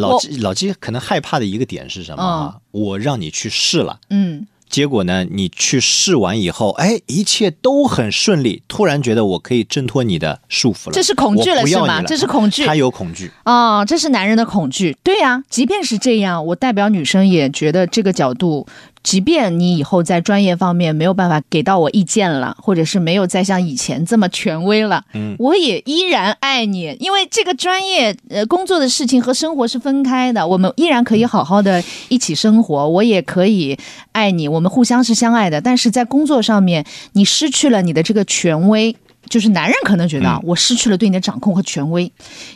Speaker 2: 老纪老纪可能害怕的一个点是什么啊？我让你去试了。
Speaker 1: 嗯，
Speaker 2: 结果呢，你去试完以后，哎，一切都很顺利，突然觉得我可以挣脱你的束缚了，
Speaker 1: 这是恐惧
Speaker 2: 我
Speaker 1: 了
Speaker 2: 不
Speaker 1: 是
Speaker 2: 要你
Speaker 1: 吗？
Speaker 2: 了
Speaker 1: 这是恐惧。
Speaker 2: 他有恐惧，
Speaker 1: 哦，这是男人的恐惧。对呀、即便是这样，我代表女生也觉得这个角度，即便你以后在专业方面没有办法给到我意见了，或者是没有再像以前这么权威了，嗯，我也依然爱你，因为这个专业呃工作的事情和生活是分开的，我们依然可以好好的一起生活，我也可以爱你，我们互相是相爱的。但是在工作上面，你失去了你的这个权
Speaker 2: 嗯
Speaker 1: 威。就是男人可能觉得啊我失去了对你的掌控和权威，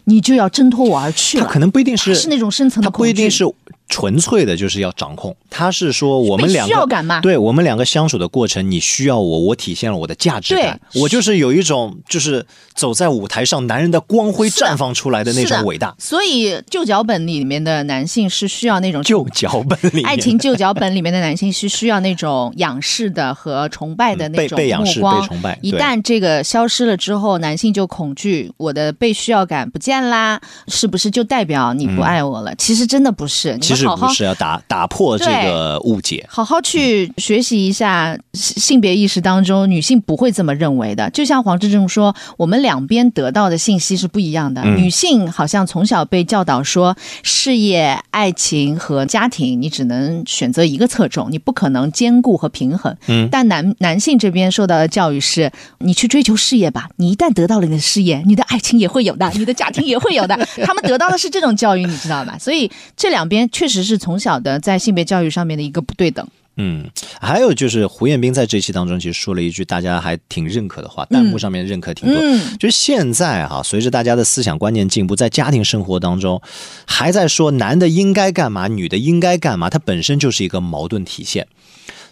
Speaker 1: 你就要挣脱我而去
Speaker 2: 他
Speaker 1: 了。
Speaker 2: 可能不一定是，
Speaker 1: 它啊是那种深层的
Speaker 2: 他不一定
Speaker 1: 恐惧
Speaker 2: 是纯粹的，就是要掌控，他是说我们
Speaker 1: 被
Speaker 2: 两
Speaker 1: 需要
Speaker 2: 个。
Speaker 1: 感嘛，
Speaker 2: 对我们两个相处的过程，你需要我，我体现了我的价值感，
Speaker 1: 对
Speaker 2: 我就是有一种就是走在舞台上，男人的光辉绽放出来的那
Speaker 1: 是的
Speaker 2: 种伟大。
Speaker 1: 所以旧脚本里面的男性是需要那种
Speaker 2: 就脚本里面
Speaker 1: 爱情旧脚本里面的男性是需要那种仰视的和崇拜的那
Speaker 2: 嗯被
Speaker 1: 种
Speaker 2: 被仰
Speaker 1: 目
Speaker 2: 视、被
Speaker 1: 光。
Speaker 2: 崇拜，
Speaker 1: 一
Speaker 2: 对
Speaker 1: 旦这个消失了之后，男性就恐惧，我的被需要感不见啦，是不是就代表你不爱我了？其实真的不是，你
Speaker 2: 嗯其
Speaker 1: 们
Speaker 2: 实
Speaker 1: 好
Speaker 2: 不
Speaker 1: 好
Speaker 2: 是要打打破这个误解。
Speaker 1: 好好去学习一下性别意识当中，女性不会这么认为的。就像黄志正说，我们两边得到的信息是不一样的。
Speaker 2: 嗯
Speaker 1: 女性好像从小被教导说，事业、爱情和家庭，你只能选择一个侧重，你不可能兼顾和平衡。
Speaker 2: 嗯
Speaker 1: 但男男性这边受到的教育是，你去追求事业吧，你一旦得到了你的事业，你的爱情也会有的，你的家庭也会有 的。他们得到的是这种教育，你知道吧？所以这两边确实是从小的在性别教育上面的一个不对等。
Speaker 2: 嗯，还有就是胡彦斌在这期当中其实说了一句大家还挺认可的话，弹幕上面认可挺多。
Speaker 1: 嗯，
Speaker 2: 就是现在哈、随着大家的思想观念进步，在家庭生活当中，还在说男的应该干嘛，女的应该干嘛，它本身就是一个矛盾体现。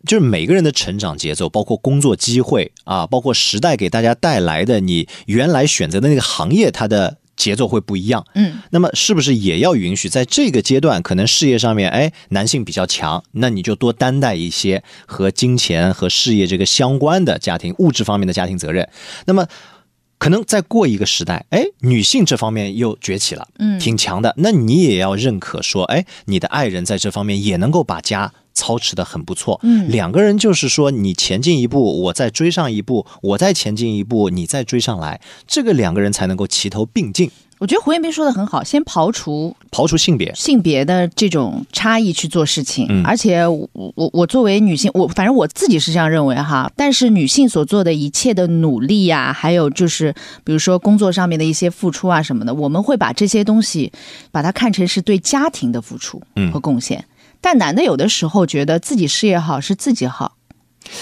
Speaker 2: 就是每个人的成长节奏，包括工作机会啊，包括时代给大家带来的你原来选择的那个行业，它的节奏会不一样。
Speaker 1: 嗯，
Speaker 2: 那么是不是也要允许在这个阶段，可能事业上面，哎，男性比较强，那你就多担待一些和金钱和事业这个相关的家庭物质方面的家庭责任。那么。可能再过一个时代，哎，女性这方面又崛起了，
Speaker 1: 嗯
Speaker 2: 挺强的。那你也要认可说，哎，你的爱人在这方面也能够把家操持的很不错，
Speaker 1: 嗯
Speaker 2: 两个人就是说你前进一步，我再追上一步，我再前进一步，你再追上来，这个两个人才能够齐头并进，
Speaker 1: 我觉得胡彦斌说的很好，先刨除
Speaker 2: 刨除性别，
Speaker 1: 性别的这种差异去做事情，
Speaker 2: 嗯
Speaker 1: 而且我我我作为女性，我反正我自己是这样认为哈。但是女性所做的一切的努力呀、还有就是比如说工作上面的一些付出啊什么的，我们会把这些东西把它看成是对家庭的付出
Speaker 2: 嗯
Speaker 1: 和贡献。但男的有的时候觉得自己事业好是自己好，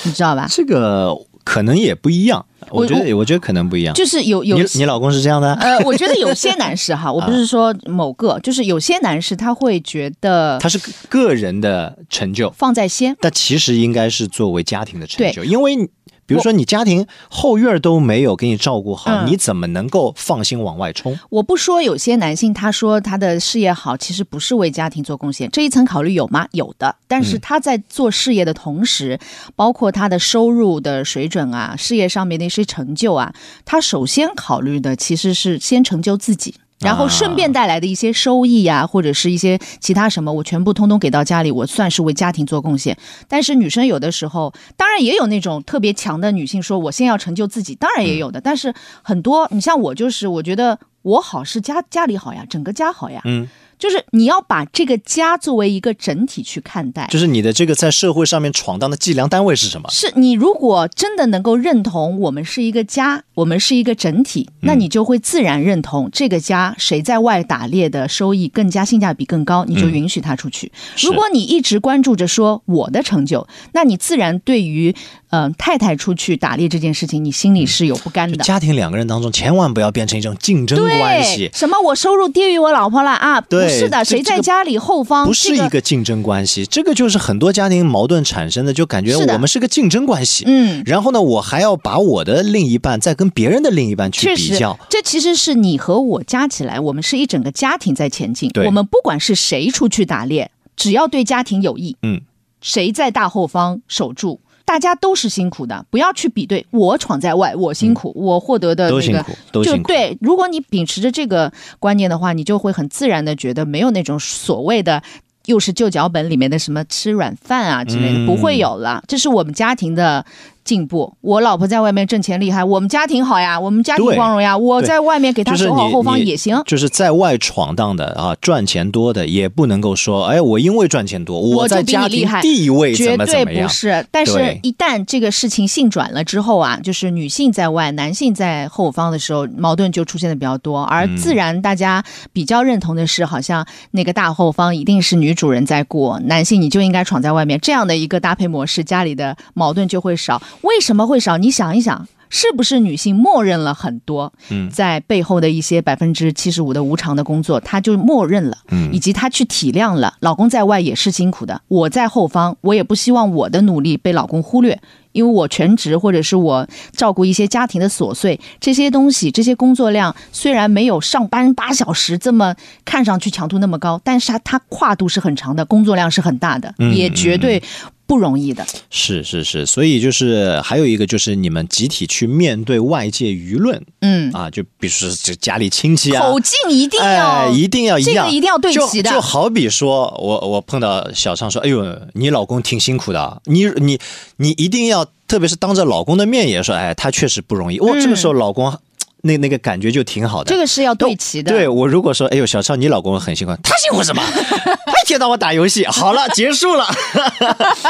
Speaker 1: 你知道吧？
Speaker 2: 这个可能也不一样，
Speaker 1: 我
Speaker 2: 我觉得我觉得可能不一样。
Speaker 1: 就是有有
Speaker 2: 你啊你老公是这样的，啊
Speaker 1: 呃，我觉得有些男士哈，我不是说某个，就是有些男士他会觉得
Speaker 2: 他是个个人的成就，
Speaker 1: 放在先。
Speaker 2: 但其实应该是作为家庭的成就，因为你比如说你家庭后院都没有给你照顾
Speaker 1: 嗯
Speaker 2: 好，
Speaker 1: 哦
Speaker 2: 你怎么能够放心往外冲？
Speaker 1: 我不说有些男性，他说他的事业好，其实不是为家庭做贡献，这一层考虑有吗？有的，但是他在做事业的同时，包括他的收入的水准啊，事业上面的一些成就啊，他首先考虑的其实是先成就自己。然后顺便带来的一些收益呀、或者是一些其他什么，我全部通通给到家里，我算是为家庭做贡献。但是女生有的时候，当然也有那种特别强的女性说，我先要成就自己，当然也有的。但是很多，你像我就是，我觉得我好是家家里好呀，整个家好呀，
Speaker 2: 嗯，
Speaker 1: 就是你要把这个家作为一个整体去看待。
Speaker 2: 就是你的这个在社会上面闯荡的计量单位是什么？
Speaker 1: 是你如果真的能够认同我们是一个家，我们是一个整体，
Speaker 2: 嗯
Speaker 1: 那你就会自然认同这个家谁在外打猎的收益更加性价比更高，你就允许他出去。
Speaker 2: 嗯是
Speaker 1: 如果你一直关注着说我的成就，那你自然对于嗯、呃太太出去打猎这件事情，你心里是有不甘的。
Speaker 2: 嗯家庭两个人当中，千万不要变成一种竞争关
Speaker 1: 对
Speaker 2: 系，，
Speaker 1: 什么我收入低于我老婆了啊？不
Speaker 2: 对
Speaker 1: 是的，
Speaker 2: 这
Speaker 1: 谁
Speaker 2: 这
Speaker 1: 在
Speaker 2: 个
Speaker 1: 家里后方
Speaker 2: 不是
Speaker 1: 嗯这
Speaker 2: 一
Speaker 1: 个
Speaker 2: 个竞争关系。这个就是很多家庭矛盾产生的，就感觉
Speaker 1: 是的
Speaker 2: 我们是个竞争关系。
Speaker 1: 嗯。
Speaker 2: 然后呢，我还要把我的另一半再跟别人的另一半去
Speaker 1: 确
Speaker 2: 比
Speaker 1: 实
Speaker 2: 较，，
Speaker 1: 这其实是你和我加起来，我们是一整个家庭在前进。
Speaker 2: 对
Speaker 1: 我们不管是谁出去打猎，只要对家庭有益，
Speaker 2: 嗯，
Speaker 1: 谁在大后方守住，大家都是辛苦的。不要去比对，我闯在外，我辛苦，我获得的
Speaker 2: 嗯都
Speaker 1: 呃那
Speaker 2: 辛
Speaker 1: 个
Speaker 2: 苦，都
Speaker 1: 就
Speaker 2: 辛苦。
Speaker 1: 对，如果你秉持着这个观念的话，你就会很自然的觉得没有那种所谓的。又是旧脚本里面的什么吃软饭啊之类的，
Speaker 2: 嗯
Speaker 1: 不会有了。这是我们家庭的进步。我老婆在外面挣钱厉害，我们家庭好呀，我们家庭
Speaker 2: 对
Speaker 1: 光荣呀。我在外面给她
Speaker 2: 就是
Speaker 1: 守好
Speaker 2: 你
Speaker 1: 后方
Speaker 2: 你
Speaker 1: 也行。
Speaker 2: 就是在外闯荡的啊，赚钱多的也不能够说，哎，我因为赚钱多，
Speaker 1: 我就
Speaker 2: 在
Speaker 1: 比你
Speaker 2: 家
Speaker 1: 厉
Speaker 2: 庭
Speaker 1: 害
Speaker 2: 地位
Speaker 1: 绝
Speaker 2: 怎么
Speaker 1: 对
Speaker 2: 怎么
Speaker 1: 不
Speaker 2: 样。
Speaker 1: 是，但是
Speaker 2: 对
Speaker 1: 一旦这个事情性转了之后啊，就是女性在外，男性在后方的时候，矛盾就出现的比较多。而
Speaker 2: 嗯
Speaker 1: 自然大家比较认同的是，好像那个大后方一定是女主人在过，男性你就应该闯在外面，这样的一个搭配模式，家里的矛盾就会少。为什么会少？你想一想。是不是女性默认了很多，
Speaker 2: 嗯
Speaker 1: 在背后的一些百分之七十五的无偿的工作，她就默认了。
Speaker 2: 嗯
Speaker 1: 以及她去体谅了老公在外也是辛苦的，我在后方，我也不希望我的努力被老公忽略，因为我全职或者是我照顾一些家庭的琐碎这些东西，这些工作量虽然没有上班八小时这么看上去强度那么高，但是它它跨度是很长的，工作量是很大的，
Speaker 2: 嗯
Speaker 1: 也绝对。不容易的。
Speaker 2: 是是是，所以就是还有一个就是你们集体去面对外界舆论
Speaker 1: 嗯，
Speaker 2: 啊，就比如说这家里亲戚啊，
Speaker 1: 口径一定要、
Speaker 2: 哎，一定要一
Speaker 1: 这
Speaker 2: 样，
Speaker 1: 个一定要对齐的
Speaker 2: 就就好比说，我我碰到小畅说，哎呦，你老公挺辛苦的啊，你你你一定要，特别是当着老公的面也说，哎，他确实不容易。哇，
Speaker 1: 嗯
Speaker 2: 这个时候老公那那个感觉就挺好的。
Speaker 1: 这个是要对齐的。
Speaker 2: 对我如果说，哎呦，小畅，你老公很辛苦，他辛 苦什么？他一天到晚打游戏，好了，结束了，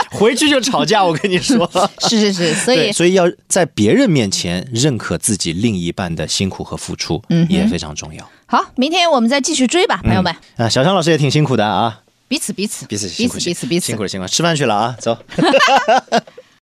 Speaker 2: 回去就吵架。我跟你说，
Speaker 1: 是是是， 所
Speaker 2: 对，
Speaker 1: 以
Speaker 2: 所以要在别人面前认可自己另一半的辛苦和付出，
Speaker 1: 嗯哼
Speaker 2: 也非常重要。
Speaker 1: 好，明天我们再继续追吧，朋友们，
Speaker 2: 啊，小张老师也挺辛苦的啊，
Speaker 1: 彼此彼此
Speaker 2: 彼此
Speaker 1: 彼
Speaker 2: 辛
Speaker 1: 此
Speaker 2: 苦
Speaker 1: 彼此彼
Speaker 2: 辛
Speaker 1: 此
Speaker 2: 苦了辛苦了，吃饭去了啊，走。